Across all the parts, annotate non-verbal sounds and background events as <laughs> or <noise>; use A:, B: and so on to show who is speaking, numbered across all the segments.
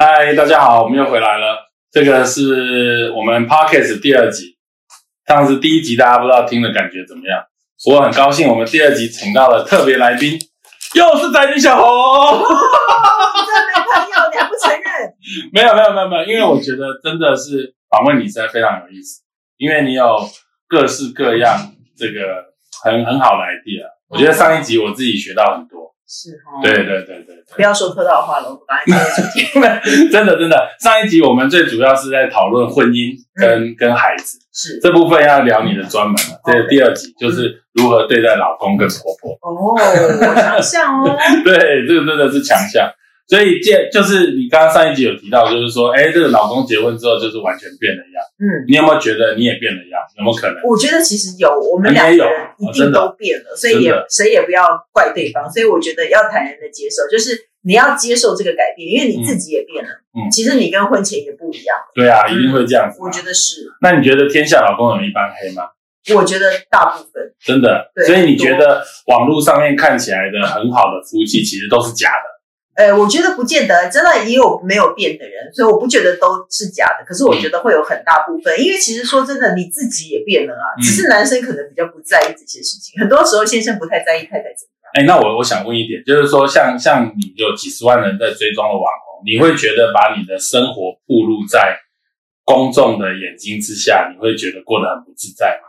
A: 嗨，大家好，我们又回来了。这个是我们 podcast 第二集，上次第一集大家不知道听的感觉怎么样？我很高兴，我们第二集请到了特别来宾，又是宅女小红。 <laughs>
B: <laughs> 朋友，哎你还不承认？
A: 没有没有没有没有，因为我觉得真的是访问你实在非常有意思，因为你有各式各样这个很很好的 idea。我觉得上一集我自己学到很多，
B: <laughs> 是哦，
A: 对，对对对
B: 不要说客套话了，我们把你
A: 对， <laughs> 真的真的。上一集我们最主要是在讨论婚姻跟跟孩子
B: 嗯是嗯
A: 这部分，要聊你的专门了。这第二集就是如何对待老公跟婆婆。 <laughs>
B: 哦，我想想 <laughs> 哦，
A: 对，这个真的是强项。所以这就是你刚刚上一集有提到，就是说，哎，这个老公结婚之后就是完全变了样。
B: 嗯，
A: 你有没有觉得你也变了样？有没有可能？
B: 我觉得其实有，我们两个人一定都变了，所以也
A: 哦真的
B: 谁也不要怪对方，所以我觉得要坦然的接受，就是你要接受这个改变，因为你自己也变了，
A: 嗯嗯
B: 其实你跟婚前也不一样，
A: 对啊，一定会这样子、
B: 嗯我
A: 啊。
B: 觉得是，
A: 那你觉得天下老公有一般黑吗？
B: 我觉得大部分
A: 真的，
B: 对
A: 所以你觉得网络上面看起来的很好的夫妻，其实都是假的。
B: 呃，我觉得不见得，真的也有没有变的人，所以我不觉得都是假的。可是我觉得会有很大部分，因为其实说真的，你自己也变了啊，
A: 嗯
B: 只是男生可能比较不在意这些事情，很多时候先生不太在意太太怎么样。
A: 哎，那我我想问一点，就是说像，像你有几十万人在追踪的网红，你会觉得把你的生活暴露在公众的眼睛之下，你会觉得过得很不自在吗？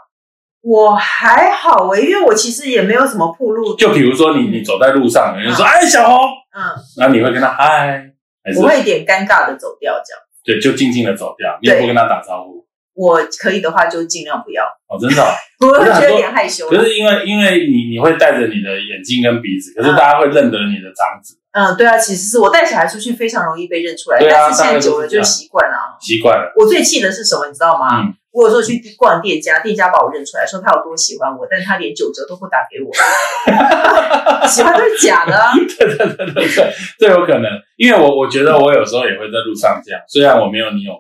B: 我还好诶、因为我其实也没有什么铺路，
A: 就比如说你你走在路上，有人说：“哎，小红。
B: 嗯，”
A: 然后你会跟他嗨，还是
B: 我会有点尴尬的走掉这样。
A: 对，就静静的走掉，你也不
B: 对
A: 跟他打招呼。
B: 我可以的话就尽量不要，
A: 哦，真的哦、
B: 我
A: 可
B: 会
A: 是
B: 觉
A: 很多
B: 得有点害羞。
A: 可是因为因为你你会带着你的眼睛跟鼻子，可是
B: 嗯
A: 大家会认得你的长子，
B: 嗯，对啊，其实是我带小孩出去非常容易被认出来，
A: 对啊
B: 但是现
A: 大概
B: 在
A: 都是
B: 久了
A: 这
B: 就
A: 样
B: 习惯了啊。
A: 习惯了。 <laughs>
B: 我最气的是什么，你知道吗？
A: 嗯
B: 我有时候去逛店家，店家把我认出来，说他有多喜欢我，但是他连九折都不打给我， <laughs> 喜欢都是假的、啊。
A: 对对对对对，这有可能，因为我我觉得我有时候也会在路上这样，虽然我没有你有，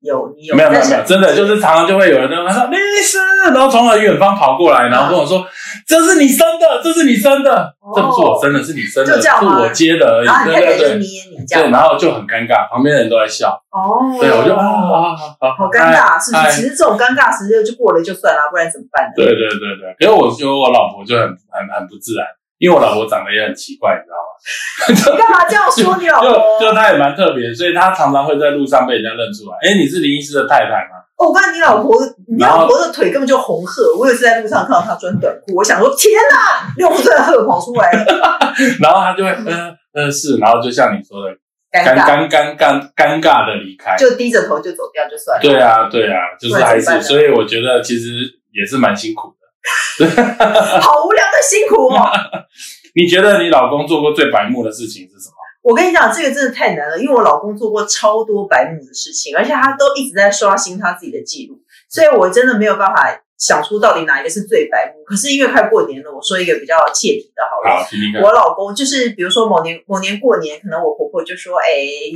B: 有你有？
A: 没有没
B: 但
A: 有
B: 是
A: 没有，真的就是常常就会有人他说律师，然后从很远方跑过
B: 啊
A: 来，然后跟我说这是你生的，这是你生的，
B: 哦
A: 这不是我生的，是你生的，
B: 就这
A: 是
B: 样吗
A: 我接的而
B: 然后
A: 已，
B: 你太
A: 对
B: 太
A: 对
B: 就
A: 对。
B: 捏你这
A: 对，
B: 样。
A: 然后就很尴尬，旁边的人都在笑，
B: 哦，
A: 对我就啊好好好，
B: 好尴尬，啊是不
A: 哎
B: 是？其实这种尴尬时间就过了就算了，不然怎么办呢？
A: 对对对对，可是我觉得我老婆就很很很不自然，因为我老婆长得也很奇怪，你知道吗？
B: 你干嘛这样说你老
A: 就就
B: 婆？
A: 她也蛮特别，所以她常常会在路上被人家认出来。哎，你是林医师的太太吗？ <laughs>
B: 哦，我看你老婆，你
A: 然后
B: 老婆的腿根本就红褐。我有一次在路上看到她穿短裤，我想说天哪，六不的褐跑出来，
A: 然后她就会嗯嗯是，然后就像你说的，
B: 尴
A: 尴
B: 尬，
A: 尴尴尴尴尬的离开。
B: 就低着头就走掉就算了。
A: 对啊对啊，就是还
B: 不然怎么办
A: 是，
B: 呢
A: 所以我觉得其实也是蛮辛苦的。
B: 好无聊的辛苦哦。
A: 你觉得你老公做过最白目的事情是什么？
B: 我跟你讲，这个真的太难了，因为我老公做过超多白目的事情，而且他都一直在刷新他自己的记录，所以我真的没有办法想出到底哪一个是最白目。可是因为快过年了，我说一个比较切题的好了。
A: 好，听听看。
B: 我老公就是，比如说某年某年过年，可能我婆婆就说：“哎，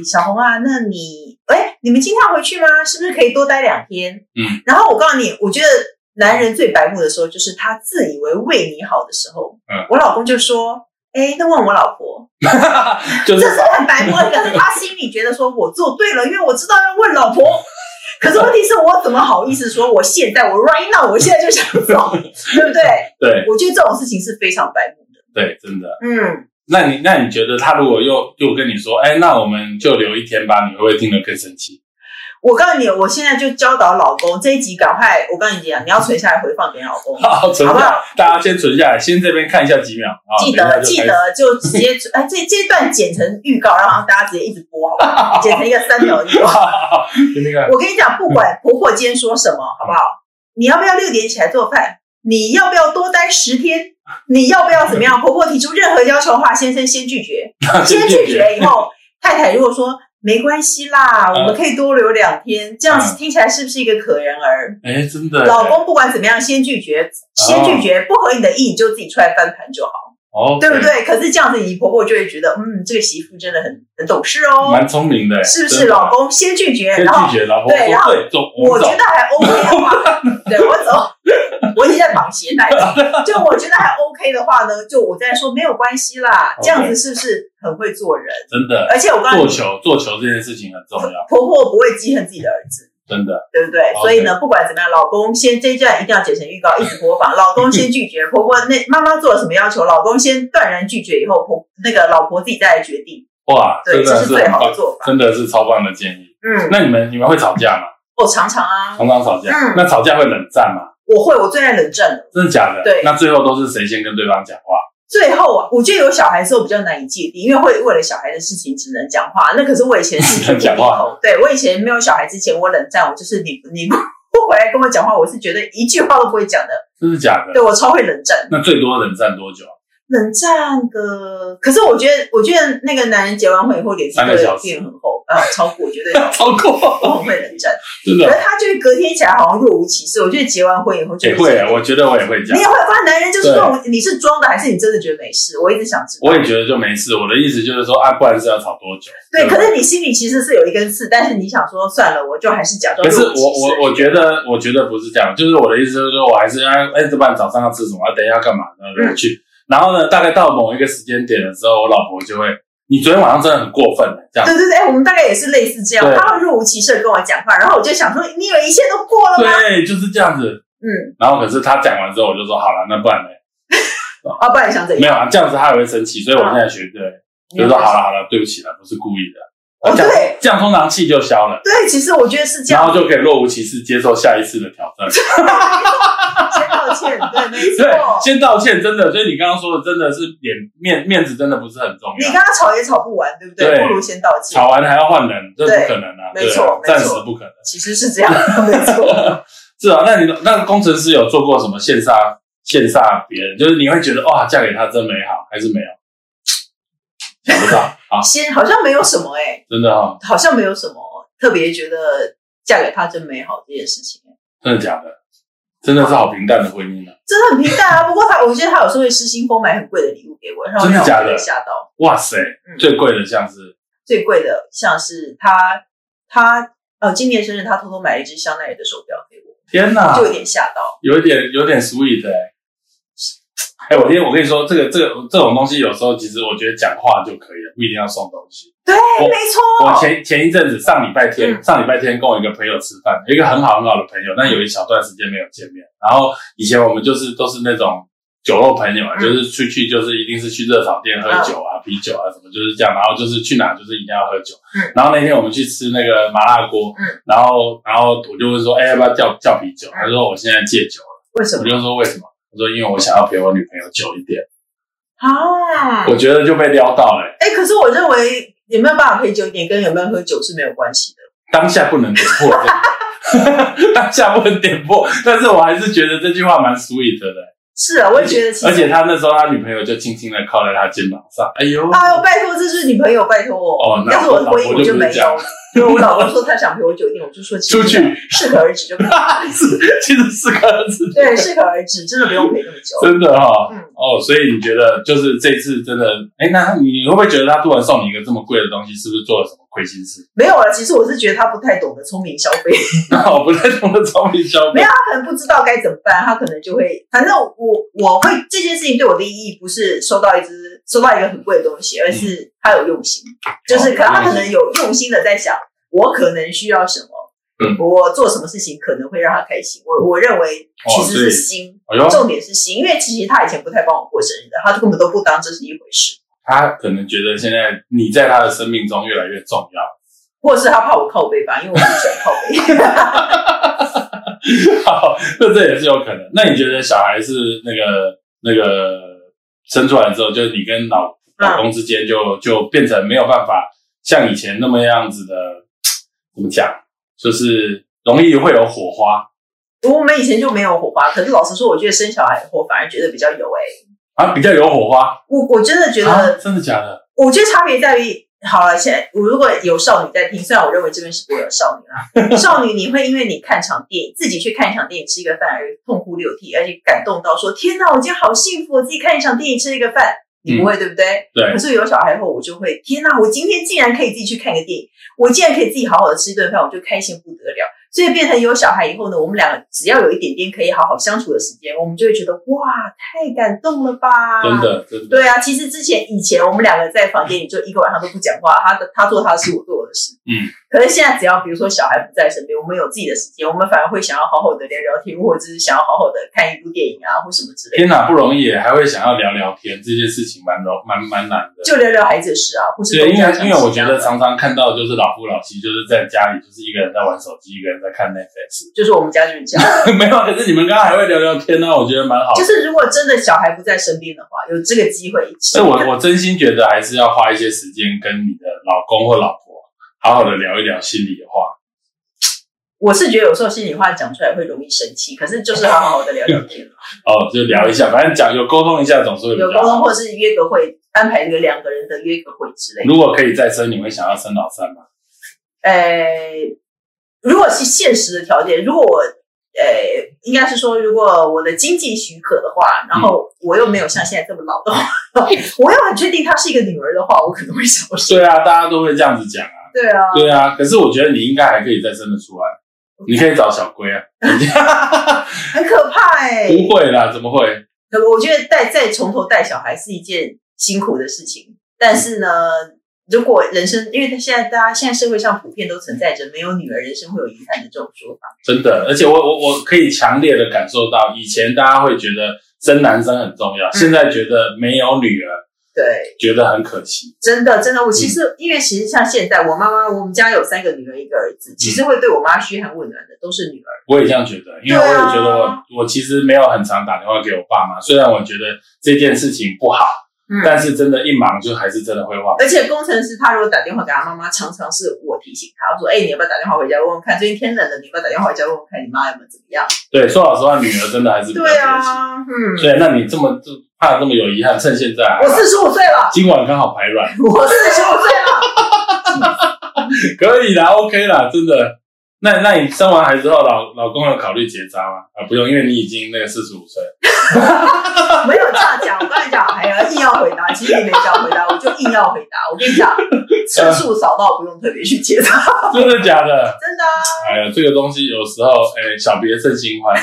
B: 小红啊，那你哎，你们今天要回去吗？是不是可以多待两天？”
A: 嗯，
B: 然后我告诉你，我觉得男人最白目的时候，就是他自以为为你好的时候。
A: 嗯，
B: 我老公就说：“哎，那问我老婆。”
A: <laughs> 就是
B: 这是很白目，可是他心里觉得说我做对了，因为我知道要问老婆。 <laughs> 可是问题是我怎么好意思说我现在我 right now 我现在就想走，对不对？
A: 对
B: 我觉得这种事情是非常白目的。
A: 对，真的。
B: 嗯，
A: 那你那你觉得他如果又又跟你说，哎，那我们就留一天吧，你会不会听得更生气？ <laughs>
B: 我告诉你，我现在就教导老公这一集，赶快，我告诉你啊讲，你要存下来回放给老公。
A: 好，存
B: 好不
A: 下
B: 好
A: 来，大家先存下来，先这边看一下几秒啊，
B: 记
A: 等一下
B: 得
A: 就
B: 记
A: 开始。 <laughs>
B: 得就直接哎，这这段剪成预告，然后让大家直接一直播，好不好？剪成一个三秒的预告。
A: 就那个
B: 我跟你讲，不管婆婆今天说什么，好不好？你要不要六点起来做饭？你要不要多待十天？你要不要怎么样？婆婆提出任何要求的话，先生先拒绝，
A: 啊
B: 先拒绝以后，太太如果说没关系啦，我们可以多留两天，这样子听起来是不是一个可人儿？
A: 哎，真的耶，
B: 老公不管怎么样，先拒
A: 哦
B: 绝，先拒绝，不合你的意，你就自己出来翻盘就好，
A: 哦，
B: 对不？对？可是这样子，你婆婆就会觉得，嗯，这个媳妇真的很很懂事哦，
A: 蛮聪明的耶，
B: 是不是？
A: 真的
B: 老公先拒绝，
A: 先
B: 然后
A: 拒绝老婆
B: 对然后
A: 说对，走，
B: 我
A: 们走
B: 觉，得还 OK
A: <laughs>
B: 的话，对我走，我已经在绑鞋带了。就我觉得还 OK 的话呢，就我在说没有关系啦，
A: OK
B: 这样子是不是很会做人？
A: 真的
B: 而且我告诉
A: 做
B: 你，
A: 球做球这件事情很重要，
B: 婆婆不会记恨自己的儿子，
A: 真的，
B: 对不对？
A: OK
B: 所以呢，不管怎么样，老公先这一段一定要剪成预告，一直模仿。老公先
A: <laughs>
B: 拒绝，婆婆那妈妈做了什么要求，老公先断然拒绝，以后婆那个老婆自己再来决定。
A: 哇，
B: 对，
A: 真
B: 这
A: 的
B: 是
A: 是
B: 最
A: 很
B: 好的
A: 棒，
B: 做法。
A: 真的是超棒的建议。
B: 嗯，
A: 那你们你们会吵架吗？
B: 我常常啊，
A: 常常吵架，
B: 嗯
A: 那吵架会冷战吗？
B: 我会，我最爱冷战了。
A: 真的假的？
B: 对
A: 那最后都是谁先跟对方讲话？
B: 最后啊，我觉得有小孩之后比较难以界定，因为会为了小孩的事情只能讲话。那可是我以
A: <laughs>
B: 前是
A: 只能讲话，
B: 对我以前没有小孩之前，我冷战，我就是你你不 <laughs> 不回来跟我讲话，我是觉得一句话都不会讲的。
A: 真的假的？
B: 对我超会冷战，
A: 那最多冷战多 <laughs> 久？啊
B: 冷战个。可是我觉得，我觉得那个男人结完婚以后脸色
A: 三个小时
B: 变很厚，呃，超过
A: <laughs>
B: 我绝对超过。
A: 超
B: 我
A: 过，
B: 很会冷战，
A: 真
B: 可
A: 的
B: 是他就是隔天起来好像若无其事。我觉得结完婚以后就
A: 也会，啊我觉得我也会这样。
B: 你也会发现男人就是若无，你是装的还是你真的觉得没事？我一直想知道。
A: 我也觉得就没事。我的意思就是说，啊，不然是要吵多久？
B: 对，
A: 吧
B: 可是你心里其实是有一根刺，但是你想说算了，我就还是假装。
A: 可是我我我觉得我觉得不是这样，就是我的意思就是说我还是要哎，这半早上要吃什么，等一下要干嘛，然后
B: 嗯
A: 去。然后呢，大概到某一个时间点的时候，我老婆就会，你昨天晚上真的很过分了，这样
B: 对对对，哎我们大概也是类似这样，
A: 对
B: 他会若无其事的跟我讲话，然后我就想说，你以为一切都过了吗？
A: 对，就是这样子。
B: 嗯，
A: 然后可是她讲完之后，我就说好了，那不然呢？
B: 啊，不然你想怎
A: 没有
B: 样？
A: 啊，这样子她也会生气，所以我现在学对，就说好了好了，对不起了，不是故意的。
B: 嗯哦
A: 这样
B: 对
A: 这样通常气就消了，
B: 对，其实我觉得是这
A: 然
B: 样
A: 后，就可以若无其事接受下一次的挑战。
B: 先道歉，对，没
A: <laughs>
B: 错
A: 对。，先道歉，真的，所以你刚刚说的真的是脸面面子真的不是很重
B: 你
A: 要
B: 跟，他吵也吵不完，对不对？
A: 对
B: 不如先道歉，
A: 吵完还要换人，这不可能啊，
B: 对
A: 对
B: 没
A: 啊
B: 错，
A: 暂
B: 没
A: 时
B: 错
A: 不可能。
B: 其实是这
A: <laughs>
B: 样，没错。，
A: 是啊，那你那工程师有做过什么线杀线杀别人？就是你会觉得哇，嫁给他真美好，还是没有？想不到啊
B: 先好像没有什么哎，
A: 真的哈，
B: 好像没有什么哎特别觉得嫁给他真美好这件事情。哎
A: 真的假的？真的是好平淡的婚姻啊！
B: 真的很平淡
A: <laughs>
B: 啊。不过他，我觉得他有时候会失心疯买很贵的礼物给我，然后
A: 真的
B: 让
A: 假
B: 我
A: 的
B: 有点吓到。
A: 哇塞，
B: 嗯
A: 最贵的像是
B: 最贵的像是他，他呃，今年生日他偷偷买了一只香奈儿的手表给我，
A: 天哪，
B: 就有点吓到。
A: 有一点有点 sweet 哎、 <laughs> 哎、我今天我跟你说，这个这个这种东西，有时候其实我觉得讲话就可以了，不一定要送东西。
B: 对，
A: 我
B: 没
A: 我
B: 错，
A: 前前一阵子上礼拜天，
B: 嗯
A: 上礼拜天跟我一个朋友吃饭，一个很好很好的朋友，但有一小段时间没有见面。然后以前我们就是都是那种酒肉朋友啊，
B: 嗯
A: 就是出去就是一定是去热炒店喝酒啊、啤酒啊什么，就是这样。然后就是去哪就是一定要喝酒。
B: 嗯
A: 然后那天我们去吃那个麻辣锅，
B: 嗯
A: 然后然后我就问说，哎、要不要叫叫啤酒？他说我现在戒酒了。
B: 为什
A: 我
B: 么
A: 就说为什么？他说因为我想要陪我女朋友久一点。
B: 啊？
A: 我觉得就被撩到了、
B: 哎，可是我认为有没有办法陪久一点，跟有没有喝酒是没有关系的。
A: 当下不能点破这个， <laughs> 当下不能点破，但是我还是觉得这句话蛮 sweet 的。
B: 是啊，我也觉得其
A: 而且
B: 实，
A: 他那时候他女朋友就轻轻的靠在他肩膀上，哎呦，
B: 哎呦，拜托，这是女朋友，拜托
A: 哦
B: 我。
A: 那
B: 要是我
A: 我
B: 的婚姻
A: 我
B: 我
A: 就
B: 就
A: 不
B: 没
A: 是这样
B: 有，因为我老公说他想陪我久一点，我就说其实
A: 出去
B: 适可而止就可以。
A: <laughs> 是其实是个字，
B: 对，适可而止，真的不用陪那么久。
A: 真的哈、哦。
B: 嗯，
A: 所以你觉得就是这次真的，哎，那你会不会觉得他突然送你一个这么贵的东西，是不是做了什么亏心事？ <laughs>
B: 没有了。其实我是觉得他不太懂得聪明消费，
A: 那我不太懂得聪明消费
B: 没有他可能不知道该怎么办，他可能就会，反正我我会这件事情对我的意义不是收到一只收到一个很贵的东西，而是他有用心，就是可
A: 嗯哦
B: 他可能有用心的在想，我可能需要什么。
A: 嗯
B: 我做什么事情可能会让他开心？我我认为其
A: 哦所
B: 实
A: 以
B: 是心，
A: 哎呦，
B: 重点是心，因为其实他以前不太帮我过生日的，他根本都不当这是一回事，
A: 他可能觉得现在你在他的生命中越来越重要。 <laughs>
B: 或者是他怕我靠背吧，因为我很喜欢靠背。 <laughs>
A: 好，那这也是有可能。那你觉得小孩是那个那个生出来之后，就是你跟老老公之间就就变成没有办法像以前那么样子的，怎么讲？就是容易会有火花。
B: 我们以前就没有火花，可是老实说，我觉得生小孩以后反而觉得比较有哎、
A: 啊，比较有火花。
B: 我我真的觉得，
A: 啊，真的假的？
B: 我觉得差别在于，好了，现在我如果有少女在听，虽然我认为这边是不会有少女啦，少女你会因为你看场电影，自己去看一场电影吃一个饭而痛哭流涕，而且感动到说天哪，我今天好幸福，我自己看一场电影吃了一个饭，你不会、对不对？可
A: 对，
B: 是有小孩后，我就会天哪！我今天竟然可以自己去看个电影，我竟然可以自己好好的吃一顿饭，我就开心不得了。所以变成有小孩以后呢，我们两个只要有一点点可以好好相处的时间，我们就会觉得哇，太感动了吧！
A: 真。的真的，
B: 对啊，其实之前以前我们两个在房间里就一个晚上都不讲话，他的他做他的事，我做我的事。
A: 嗯。
B: 可是现在只要比如说小孩不在身边，我们有自己的时间，我们反而会想要好好的聊聊天，或者是想要好好的看一部电影啊，或什么之类的。
A: 天哪，不容易耶，还会想要聊聊天，这件事情蛮容蛮蛮难的。
B: 就聊聊孩子的事啊，或是
A: 对，因
B: 跟家
A: 为因
B: 长
A: 为我
B: 一
A: 觉
B: 样啊
A: 得
B: 的
A: 常常看到就是老夫老妻就是在家里就是一个人在玩手机，一个人在看 Netflix， <laughs>
B: 就是我们家就是这样。
A: 没有。可是你们刚刚还会聊聊天呢、啊我觉得蛮好的。
B: 就是如果真的小孩不在身边的话，有这个机会一起。
A: 所以我我真心觉得还是要花一些时间跟你的老公或老婆好好的聊一聊心里的话。
B: 我是觉得有时候心里话讲出来会容易生气，可是就是好好的聊聊天，
A: 哦，就聊一下，反正讲有沟通一下总是会比
B: 有
A: 较
B: 沟通
A: 好。
B: 或是约个会，安排一个两个人的约个会之类的。
A: 如果可以再生，你会想要生老三吗？
B: 呃，如果是现实的条件，如果我呃，应该是说，如果我的经济许可的话，然后我又没有像现在这么老的话，我又很确定她是一个女儿的话，我可能会想说，
A: 对啊，大家都会这样子讲啊。
B: 对啊，
A: 对啊，可是我觉得你应该还可以再生得出来，你可以找小龟啊。
B: 很可怕哎、
A: 不会啦，怎么会？
B: 可我觉得带再从头带小孩是一件辛苦的事情，但是呢，如果人生，因为他现在大家现在社会上普遍都存在着没有女儿人生会有遗憾的这种说法，
A: 真的，而且我我我可以强烈的感受到，以前大家会觉得生男生很重
B: 嗯
A: 要，现在觉得没有女儿
B: 对，
A: 觉得很可惜。
B: 真的真的，我其
A: 嗯
B: 实、因为其实像现在我妈妈，我们家有三个女儿一个儿子，
A: 嗯
B: 其实会对我妈嘘寒问暖的都是女儿，
A: 我也这样觉得，因为我也
B: 对啊
A: 觉得我、我其实没有很常打电话给我爸妈，虽然我觉得这件事情不好，
B: 嗯
A: 但是真的，一忙就还是真的会忘。
B: 而且工程师他如果打电话给他妈妈，常常是我提醒他说：“哎、你要不要打电话回家问问看？最近天冷了，你要不要打电话回家问问看你妈有没有怎么样
A: 对，说老实话，女儿真的还？”是比较可
B: 对
A: 惜。
B: 啊，嗯，
A: 对，那你这么怕这么有遗憾，趁现在啊
B: 我四十五岁了，
A: 今晚刚好排卵，
B: 我四十五岁了。
A: 可以啦，OK 啦，真的。那那你生完孩之后，老老公有考虑结扎吗？啊，不用，因为你已经那个四十五岁了。
B: <laughs> 没有这样讲，我刚才讲，哎呀，硬要回答，其实也没这样回答，我就硬要回答。我跟你
A: <laughs>
B: 讲，次数少到不用特别去接他，
A: 真的假的？
B: 真的啊、
A: 哎呀，这个东西有时候，哎，小别胜新欢。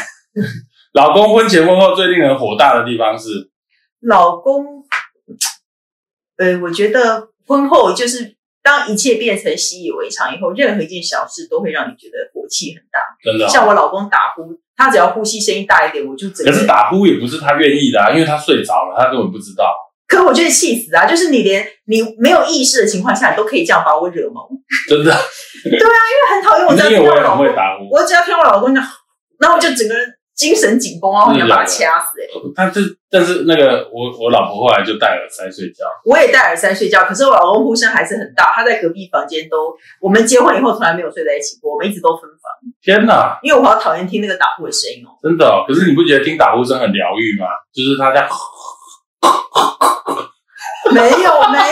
A: <laughs> 老公婚前婚后最令人火大的地方是，
B: 老公，呃，我觉得婚后就是当一切变成习以为常以后，任何一件小事都会让你觉得火气很大。
A: 真的哦、
B: 像我老公打呼，他只要呼吸声音大一点，我就整个
A: 可是打呼也不是他愿意的、啊，因为他睡着了，他根本不知道，
B: 可我就会气死啊！就是你连你没有意识的情况下，你都可以这样把我惹毛，因
A: 真的。
B: 为很讨厌我
A: 因
B: 这样
A: 为
B: 听
A: 我
B: 到
A: 也
B: 老
A: 很
B: 公
A: 会打呼，
B: 我只要听我老公讲，然后我就整个人精神紧绷啊，我想把他掐死、欸。
A: 他这但是那个我我老婆后来就戴耳塞睡觉，
B: 我也戴耳塞睡觉，可是我老公呼声还是很大，他在隔壁房间都，我们结婚以后从来没有睡在一起过，我们一直都分房，
A: 天哪，
B: 因为我好讨厌听那个打呼的声音哦。
A: 真的、哦。可是你不觉得听打呼声很疗愈吗？就是他在。
B: 没有没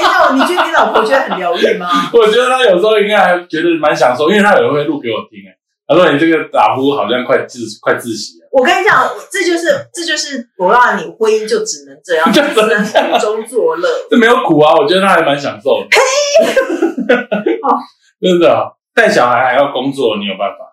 B: 有，你觉得你老婆觉得很疗愈吗？
A: <laughs> 我觉得他有时候应该还觉得蛮享受，因为他有时候会录给我听、哎，他说你这个打呼好像快窒快窒息了，
B: <laughs> 我跟你讲，这就是这就是我让你婚姻就只能这 <laughs> 样，
A: 就
B: 就只能苦中作 <laughs> 乐。
A: 这没有苦啊，我觉得他还蛮享受的。 <laughs>
B: 哦
A: 真的哦、带小孩还要工作，你有办法？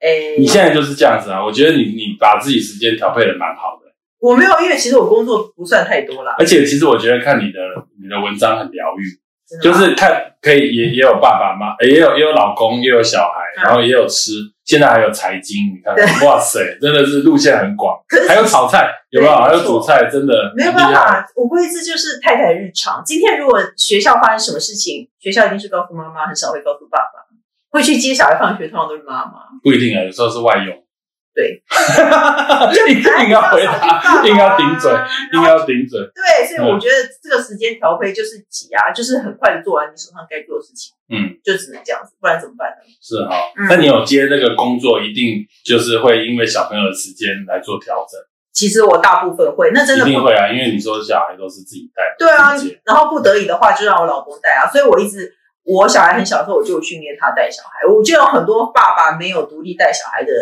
B: 哎，
A: 你现在就是这样子啊，我觉得你你把自己时间调配的蛮好的，
B: 我没有，因为其实我工作不算太多啦，
A: 而且其实我觉得看你的你的文章很疗愈，
B: 真的
A: 就
B: 吗
A: 是看可以也也有爸爸妈妈，呃也有也有老公，也有小孩，
B: 嗯
A: 然后也有吃，现在还有财经，你看看，哇塞，真的是路线很广。
B: 可是
A: 还有炒菜，有没有？
B: 对
A: 还有
B: 没错
A: 煮菜，真的
B: 没有
A: 很厉害
B: 办。法，我估计这就是太太的日常。今天如果学校发生什么事情，学校一定是告诉妈妈，很少会告诉爸爸。会去接小孩放学，通常都是妈妈。
A: 不一定啊，有时候是外用。 <laughs>
B: 对，
A: 硬硬要回
B: <laughs>
A: 答，
B: 啊
A: 硬要顶嘴，嗯硬
B: 然后
A: 要顶嘴。
B: 对，所以我觉得这个时间调配就是挤啊，就是很快的做完你手上该做的事情，
A: 嗯，
B: 就只能这样子，不然怎么办呢？
A: 是哈、
B: 嗯
A: 那你有接那个工作，一定就是会因为小朋友的时间来做调整。
B: 其实我大部分会，那真的
A: 一定
B: 不
A: 会啊，因为你说小孩都是自己带，
B: 对啊
A: 自己接，
B: 然后不得已的话就让我老公带啊，所以我一直我小孩很小的时候我就有训练他带小孩，我就有很多爸爸没有独立带小孩的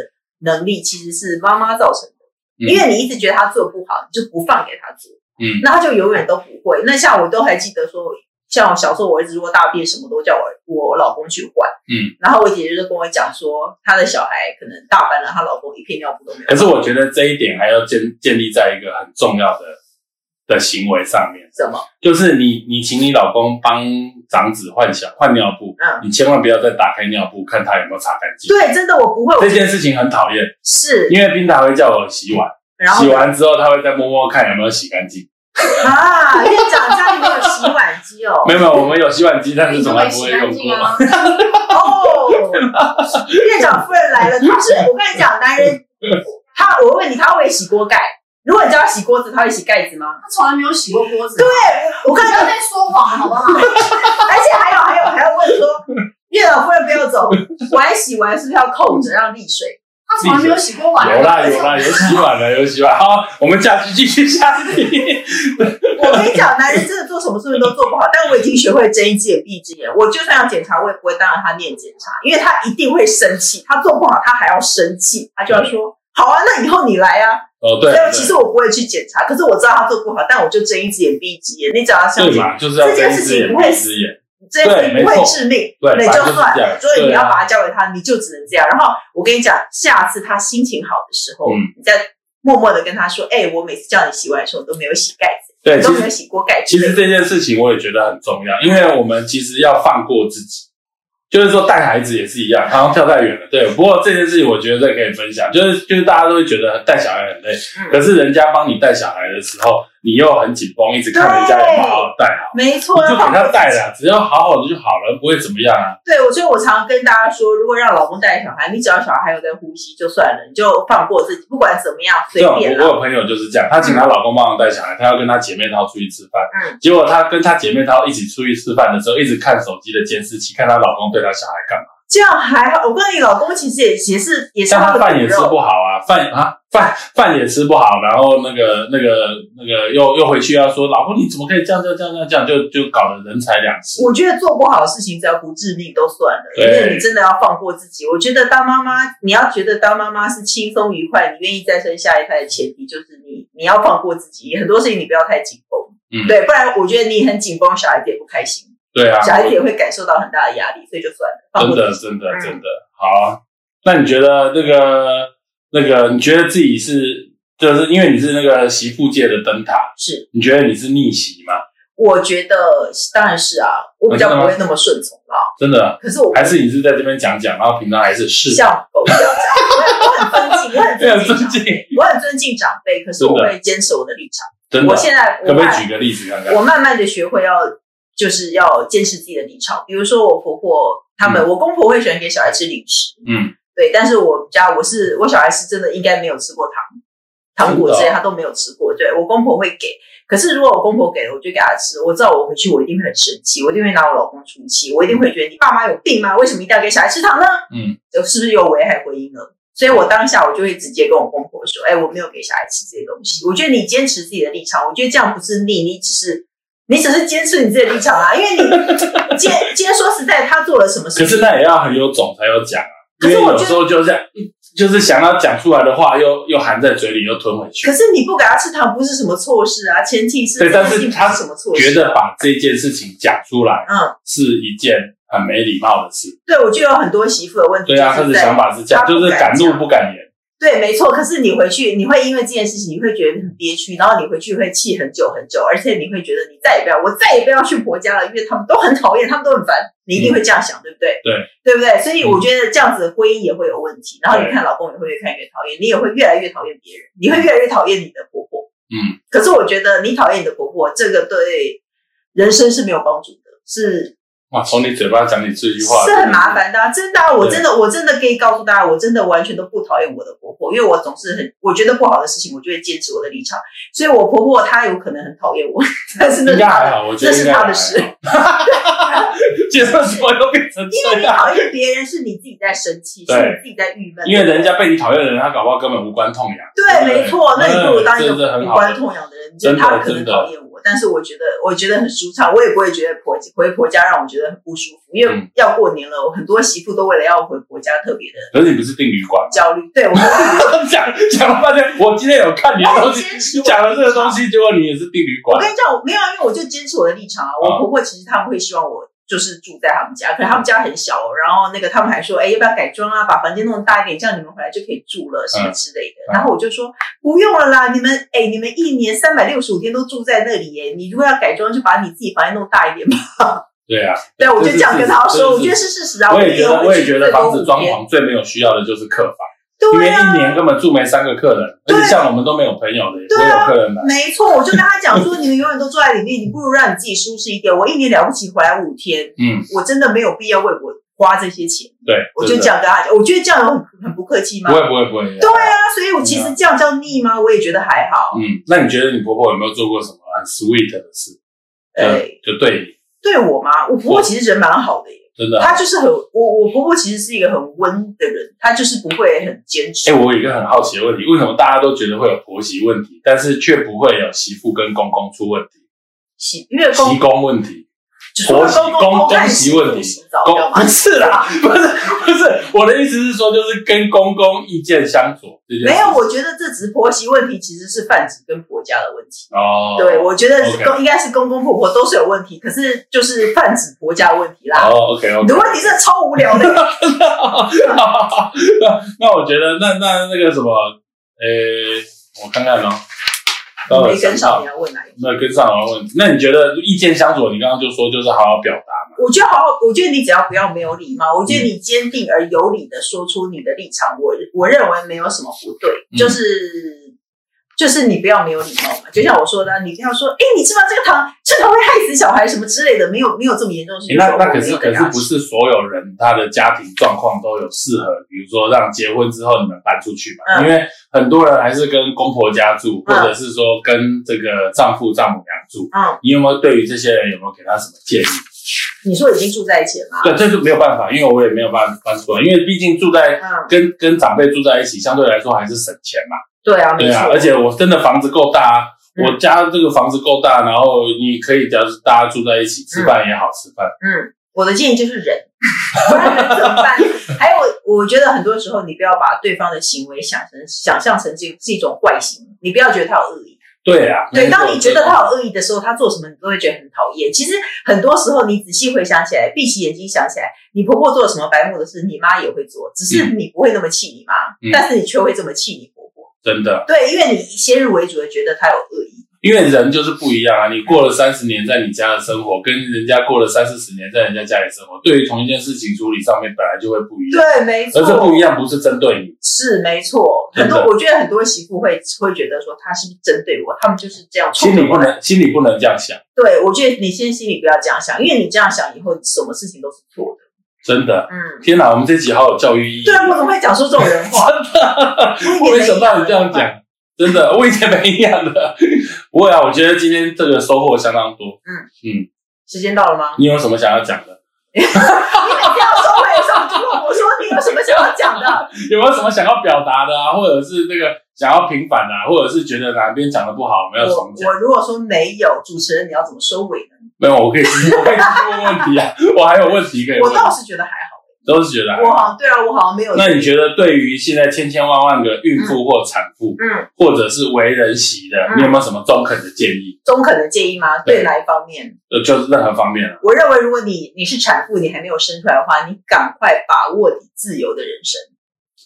B: 能力，其实是妈妈造成的，
A: 嗯
B: 因为你一直觉得他做不好，你就不放给他做，
A: 嗯，
B: 那他就永远都不会。那像我都还记得说，像我小时候我儿子如果大便什么都叫我我老公去换，
A: 嗯，
B: 然后我姐姐就跟我讲说，她的小孩可能大班了，她老公一片尿布都没有，
A: 可是我觉得这一点还要建建立在一个很重要的的行为上面，
B: 怎么？
A: 就是你你请你老公帮长子换小换尿布，
B: 嗯，
A: 你千万不要再打开尿布看他有没有擦干净。
B: 对，真的我不会，
A: 这件事情很讨厌，
B: 是，
A: 因为冰达会叫我洗碗，
B: 然后
A: 洗完之后他会再摸摸看有没有洗干净。
B: 啊，院长家里没有洗碗机哦。
A: 没有没有，我们有洗碗机，但是
C: 你
A: 从
C: 就
A: 来
C: 会
A: 不
C: 洗
A: 会用
C: 干净
A: 过。
C: 啊。
B: 哦，院长夫人来了，他是我跟你讲，男人他我问你，他会不会洗锅盖？如果你叫他洗锅子，他会洗盖子吗？
C: 他从来没有洗过锅子。啊
B: 对，
C: 不
B: 我跟你
C: 要
B: 讲，
C: 再说谎了，好不好？
B: 而且还有还有还要问说，院长夫人不要走，碗洗完是不是要扣着让沥水？
C: 他从来没有洗过碗。
A: 有啦有啦，有洗碗了，有洗碗。好，我们下去继续下去。
B: 我跟你讲，男人真的做什么事情都做不好，但我已经学会睁一只眼闭一只眼。我就算要检查，我也不会当着他面检查，因为他一定会生气，他做不好他还要生气，他就要说。好啊，那以后你来啊！
A: 哦，对
B: 所
A: 对
B: 以其实我不会去检查，可是我知道他做不好，但我就睁一只眼闭一只眼。你只要相
A: 对
B: 信
A: 嘛，就是要睁一只眼闭一只眼。
B: 这件事情
A: 对
B: 不
A: 没
B: 会
A: 错
B: 致命，
A: 对
B: 那就
A: 反正就是
B: 算
A: 这样
B: 了。所以你
A: 对啊
B: 要把它交给他，你就只能这样。然后我跟你讲，下次他心情好的时候，
A: 嗯
B: 你再默默的跟他说：“哎、我每次叫你洗碗的时候你都没有洗盖子，
A: 对，
B: 你
A: 其
B: 都没有
A: 实
B: 洗锅盖之
A: 其
B: 类的。
A: 实这件事情我也觉得很重要，因为我们其实要放过自己。就是说带孩子也是一样，好像跳太远了。对，不过这件事情我觉得这可以分享，就是就是大家都会觉得带小孩很累，
B: 嗯
A: 可是人家帮你带小孩的时候，你又很紧绷，一直看人家有没有好好带好。
B: 没错，
A: 你就给
B: 要
A: 他
B: 放过
A: 带
B: 自己
A: 了，只要好好的就好了，不会怎么样啊。
B: 对，我所以我常跟大家说，如果让老公带小孩，你只要小孩还有在呼吸就算了，你就放过自己，不管怎么样，随
A: 对，我
B: 便
A: 我
B: 啦。
A: 有朋友就是这样，她请她老公帮忙带小孩，她要跟她姐妹淘出去吃饭，
B: 嗯，
A: 结果她跟她姐妹淘一起出去吃饭的时候，一直看手机的监视器，看她老公对她小孩干嘛，
B: 这样还好。我跟你老公其实也也是也是
A: 像
B: 他
A: 她
B: 的
A: 饭
B: 骨
A: 也吃
B: 肉
A: 不好啊，饭啊饭饭也吃不好，然后那个那个那个又又回去要说老公你怎么可以这样这样这样这样，就就搞得人财两失。
B: 我觉得做不好的事情，只要不致命都算了，因
A: 对
B: 为你真的要放过自己。我觉得当妈妈，你要觉得当妈妈是轻松愉快，你愿意再生下一胎的前提就是你你要放过自己，很多事情你不要太紧绷，
A: 嗯
B: 对，不然我觉得你很紧绷，小孩子也不开心，
A: 对啊，
B: 小孩子也会感受到很大的压力，所以就算了，放
A: 真
B: 过
A: 的，
B: 自己。
A: 真的，
B: 嗯
A: 真的。好，啊那你觉得那个那个，你觉得自己是，就是因为你是那个媳妇界的灯塔，
B: 是，
A: 你觉得你是逆袭吗？
B: 我觉得当然是啊，我比较不会那么顺从啦，
A: 真的，
B: 可是我
A: 哦还是你是在这边讲讲，然后平常还是是，
B: 像狗一样这样，我很我很尊敬，我
A: 非
B: 很
A: 常
B: 尊
A: 尊
B: 敬长
A: 敬，
B: 辈，我很尊敬长辈，可是
A: <laughs>
B: 我
A: 真的
B: 会坚持我的立场。
A: 真的啊
B: 我。现在
A: 可
B: 我
A: 不可
B: 慢
A: 以举个例子看看？
B: 我慢慢的学会要，就是要坚持自己的立场。比如说我婆婆他们，我公婆会喜欢给小孩吃零食，
A: 嗯，
B: 对，但是我家我是我小孩是真的应该没有吃过糖糖果之类，
A: 真的哦
B: 他都没有吃过。对我公婆会给，可是如果我公婆给了，我就给他吃。我知道我回去我一定会很生气，我一定会拿我老公出气，我一定会觉得你爸妈有病吗？为什么一定要给小孩吃糖呢？
A: 嗯，
B: 就是不是有危害婚姻了？所以我当下我就会直接跟我公婆说：“哎、我没有给小孩吃这些东西。”我觉得你坚持自己的立场，我觉得这样不是逆，你只是你只是坚持你自己的立场啊。因为你 <laughs> 今天今天说实在，他做了什么事
A: 可
B: 情？
A: 是那也要很有种才有讲啊，因
B: 可
A: 为
B: 是我
A: 有
B: 觉
A: 时
B: 得
A: 候就是就是想要讲出来的话，又又含在嘴里，又吞回去
B: 可。是你不给他吃糖不是什么错事啊，前提是
A: 对但是
B: 这件事情
A: 他
B: 不是什么错事。
A: 觉得把这件事情讲出来
B: 嗯，
A: 是一件很没礼貌的事。
B: 对，我就有很多媳妇的问题，
A: 对啊，
B: 就
A: 他
B: 是
A: 的
B: 在
A: 想法是这样，
B: 他不
A: 就是
B: 敢
A: 敢怒
B: 讲
A: 不敢言。
B: 对，没错。可是你回去，你会因为这件事情，你会觉得很憋屈，然后你回去会气很久很久，而且你会觉得你再也不要，我再也不要去婆家了，因为他们都很讨厌，他们都很烦，你一定会这样想，对不对？
A: 对，
B: 对不对？所以我觉得这样子的婚姻也会有问题，然后你看老公也会越看越讨厌，你也会越来越讨厌别人，你会越来越讨厌你的婆婆。
A: 嗯，
B: 可是我觉得你讨厌你的婆婆，这个对人生是没有帮助的，是
A: 哇，从你嘴巴讲起这句话
B: 是很麻
A: 真的
B: 烦的啊、真的啊、我真的我真的可以告诉大家，我真的完全都不讨厌我的婆婆，因为我总是很我觉得不好的事情，我就会坚持我的立场，所以我婆婆她有可能很讨厌我，但是 <laughs>
A: 是。
B: 那
A: 应
B: 是
A: 该
B: 她
A: 还
B: 的
A: 好，我觉 <laughs>
B: 这
A: 得应
B: 是
A: 该还
B: 她
A: 好
B: 的事。
A: 接受什么都变成
B: 因为
A: 这
B: 你
A: 样。
B: 讨厌别人是你自己在生气，是
A: 对
B: 你自己在郁闷。
A: 因为人家被你讨厌的人，他搞不好根本无关痛痒。
B: 对，没错，那你不如当一个
A: 嗯这是很
B: 无
A: 好
B: 关痛痒的人，就是他可能讨厌我，但是我觉得我觉得很舒畅，我也不会觉得婆回婆家让我觉得很不舒服，因为
A: 嗯
B: 要过年了，我很多媳妇都为了要回婆家特别的，
A: 可是你不是订旅馆
B: 焦虑。对我们
A: <laughs> 讲讲了半天，我今天有看你的东
D: 哎你先
A: 西，
D: 说
A: 讲了这个东西，结果你也是订旅
B: 我
A: 馆
B: 跟。你讲，我没有，啊因为我就坚持我的立场啊。我婆婆其实他们会希望我就是住在他们家，可是他们家很小、哦，然后那个他们还说，哎，要不要改装啊，把房间弄大一点，这样你们回来就可以住了什么之类的。
A: 嗯
B: 然后我就说不用了啦，你们哎，你们一年三百六十五天都住在那里耶，你如果要改装，就把你自己房间弄大一点吧。
A: <laughs> 对啊，
B: 对，我就这样跟他
A: 这是
B: 说，我觉得是事实啊。
A: 我也觉得，我也觉得房子
B: 最多
A: 装
B: 五天，
A: 潢最没有需要的就是客房，因为
B: 对啊。
A: 一年根本住没三个客人，而
B: 对啊
A: 且像我们都没有朋友的，也不会有客人来。
B: 没错，我就跟他讲说，你们永远都住在里面，你不如让你自己舒适一点。我一年了不起回来五天，
A: 嗯，
B: 我真的没有必要为我花这些钱。
A: 对，
B: 我就
A: 真的
B: 这样跟他讲，我觉得这样有很很不客气吗？
A: 不会不会不会。
B: 对啊，所以我其实这样叫腻吗？我也觉得还好。
A: 嗯，那你觉得你婆婆有没有做过什么很 sweet 的事？
B: 呃，
A: 就就对你，
B: 对我嘛，我婆婆其实人蛮好的耶，
A: 真的啊。
B: 她就是很我我婆婆其实是一个很温的人，她就是不会很坚持。
A: 哎、我有一个很好奇的问题，为什么大家都觉得会有婆媳问题，但是却不会有媳妇跟公公出问题、
B: 媳因为
A: 媳
B: 公
A: 公问题？
B: 就是
A: 婆媳
B: 公
A: 公
B: 公
A: 公媳问题，
B: 洗澡
A: 公
B: 干嘛
A: 哦不？是啦， <laughs> 不是不是，我的意思是说，就是跟公公意见相左这件事
B: 没有，我觉得这只是婆媳问题，其实是泛指跟婆家的问题。
A: 哦，
B: 对，我觉得是
A: OK
B: 公应该是公公婆婆都是有问题，可是就是泛指婆家的问题啦。
A: 哦，OK
B: 你 <laughs>
A: OK，
B: 的问题真的超无聊的，
A: 那 <laughs> 那我觉得那那那个什么，呃、我看看哦，到底
B: 没跟
A: 想
B: 上
A: 到
B: 你要问哪啊一个？
A: 那跟上我的问题，那你觉得意见相左？你刚刚就说就是好好表达嘛，
B: 我觉得好好，我觉得你只要不要没有礼貌，我觉得你坚定而有理的说出你的立场，我我认为没有什么不对，
A: 嗯
B: 就是就是你不要没有礼貌嘛，就像我说的啊，你不要说，哎，你知不知道这个糖这糖会害死小孩什么之类的，没有没有这么严重的事
A: 诶
B: 情。
A: 那
B: 我
A: 那可
B: 没
A: 是
B: 有
A: 可
B: 跟
A: 是
B: 他
A: 不是所有人他的家庭状况都有适合，比如说让结婚之后你们搬出去嘛，
B: 嗯
A: 因为很多人还是跟公婆家住，或
B: 嗯
A: 者是说跟这个丈父丈母娘住。
B: 嗯，
A: 你有没有对于这些人有没有给他什么建议？
B: 你说已经住在一起了嘛？
A: 对，这就没有办法，因为我也没有办法搬出来，因为毕竟住在
B: 嗯，
A: 跟跟长辈住在一起，相对来说还是省钱嘛。
B: 对啊，没
A: 对
B: 错
A: 啊，，而且我真的房子够大啊，
B: 嗯
A: 我家这个房子够大，然后你可以，假如大家住在一起吃饭也好吃饭，
B: 嗯，我的建议就是忍，不然人怎么办？ <laughs> 还有，我觉得很多时候你不要把对方的行为想成想象成这是一种坏行为，你不要觉得他有恶意。
A: 对啊，
B: 对，
A: 没错
B: 当你觉得他有恶意的时候，他做什么你都会觉得很讨厌。其实很多时候，你仔细回想起来，闭起眼睛想起来，你婆婆做了什么白目的事，你妈也会做，只是你不会那么气你妈，
A: 嗯
B: <laughs> 但是你却会这么气你婆婆。
A: 真的。
B: 对，因为你先入为主的觉得她有恶意。
A: 因为人就是不一样啊，你过了三十年在你家的生活，跟人家过了三四十年在人家家里生活，对于同一件事情处理上面本来就会不一样，
B: 对，没错，
A: 而这不一样不是针对你，
B: 是没错，
A: 真
B: 很
A: 的
B: 多我觉得很多媳妇会会觉得说他是不是针对我，他们就是这样冲
A: 心
B: 着
A: 里不
B: 我来。
A: 能心里不能这样想，
B: 对，我觉得你先心里不要这样想，因为你这样想以后什么事情都是错的。
A: 真的。
B: 嗯，
A: 天哪，我们这集好有教育意义。
B: 对啊，我怎么会讲出这种人话？
A: <laughs> 我没想到你这样讲，真的，我以前没一样的。 <laughs> 不会啊，我觉得今天这个收获相当多。
B: 时间到了吗？
A: 你有什么想要讲的？
B: 不要哎收尾的时候就问我说你有什么想要讲的？
A: 有没有什么想要表达的啊？或者是这个想要平反的、啊，或者是觉得哪边讲的不好，没有什
B: 我
A: 么讲？
B: 我如果说没有，主持人你要怎么收尾呢？
A: 没有，我可以继续，我可以继续问问题啊， <laughs> 我还有问题可以
B: 我
A: 问，
B: 倒是觉得还好，
A: 都是觉得还
B: 我
A: 好。
B: 好像对啊，我好像没有。
A: 那你觉得对于现在千千万万个孕妇或产妇，
B: 嗯，
A: 或者是为人媳的，
B: 嗯
A: 你有没有什么中肯的建议？
B: 中肯的建议吗？
A: 对
B: 对哪一方面？
A: 呃，就是任何方面啊。
B: 我认为，如果你你是产妇，你还没有生出来的话，你赶快把握你自由的人生。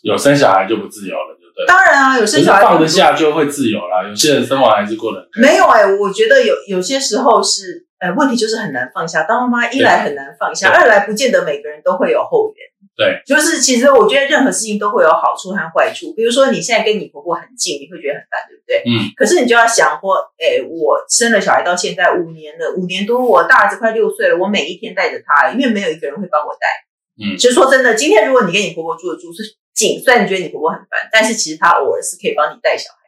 A: 有生小孩就不自由了，对不对？
B: 当然啊，有
A: 可
B: 生
A: 是
B: 小孩
A: 放得下就会自由啦。有些人生完还是过得很
B: 没有哎、我觉得有有些时候是呃，问题就是很难放下。当妈妈一来很难放下，
A: 对
B: 二来不见得每个人都会有后援。
A: 对，
B: 就是其实我觉得任何事情都会有好处和坏处。比如说你现在跟你婆婆很近，你会觉得很烦，对不对？
A: 嗯。
B: 可是你就要想说，哎、我生了小孩到现在五年了，五年多，我大儿子快六岁了，我每一天带着他，因为没有一个人会帮我带。
A: 嗯
B: 其实说真的，今天如果你跟你婆婆住的住是近，虽然你觉得你婆婆很烦，但是其实她偶尔是可以帮你带小孩。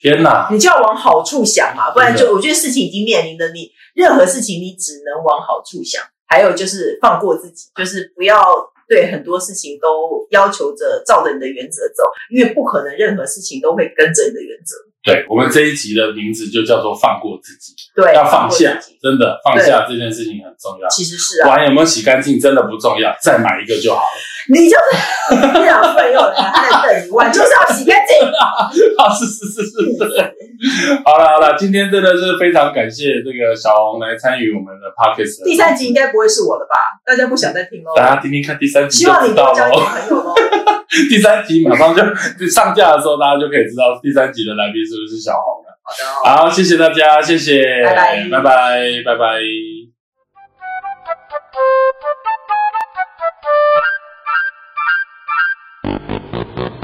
A: 天哪！
B: 你就要往好处想嘛，不然
A: 真
B: 就我觉得事情已经面临了你，任何事情你只能往好处想。还有就是放过自己，就是不要对很多事情都要求着照着你的原则走，因为不可能任何事情都会跟着你的原则。
A: 对我们这一集的名字就叫做放过自己，
B: 对，
A: 要放下
B: 过自己，
A: 真的放下这件事情很重要。
B: 其实是啊，
A: 碗有没有洗干净真的不重要，再买一个就好了。
B: 你就是 <laughs> 你想奋又来还在等一万，就是要洗干净。
A: 啊，是是是是是。 <laughs> 好了好了，今天真的是非常感谢这个小红来参与我们的 podcast 的
B: 第三集应该不会是我的吧？大家不想再听喽。
A: 大家听听看第三集
B: 希
A: 就
B: 望你
A: 知道哦
B: 多交一点
A: 喽。
B: 朋友哦喽。
A: 第三集马上就就上架的时候，大家就可以知道第三集的来宾是不是小红了。
B: 好的哦。
A: 好，谢谢大家，谢谢，
B: 拜拜
A: 拜拜，拜拜。
E: Thank you.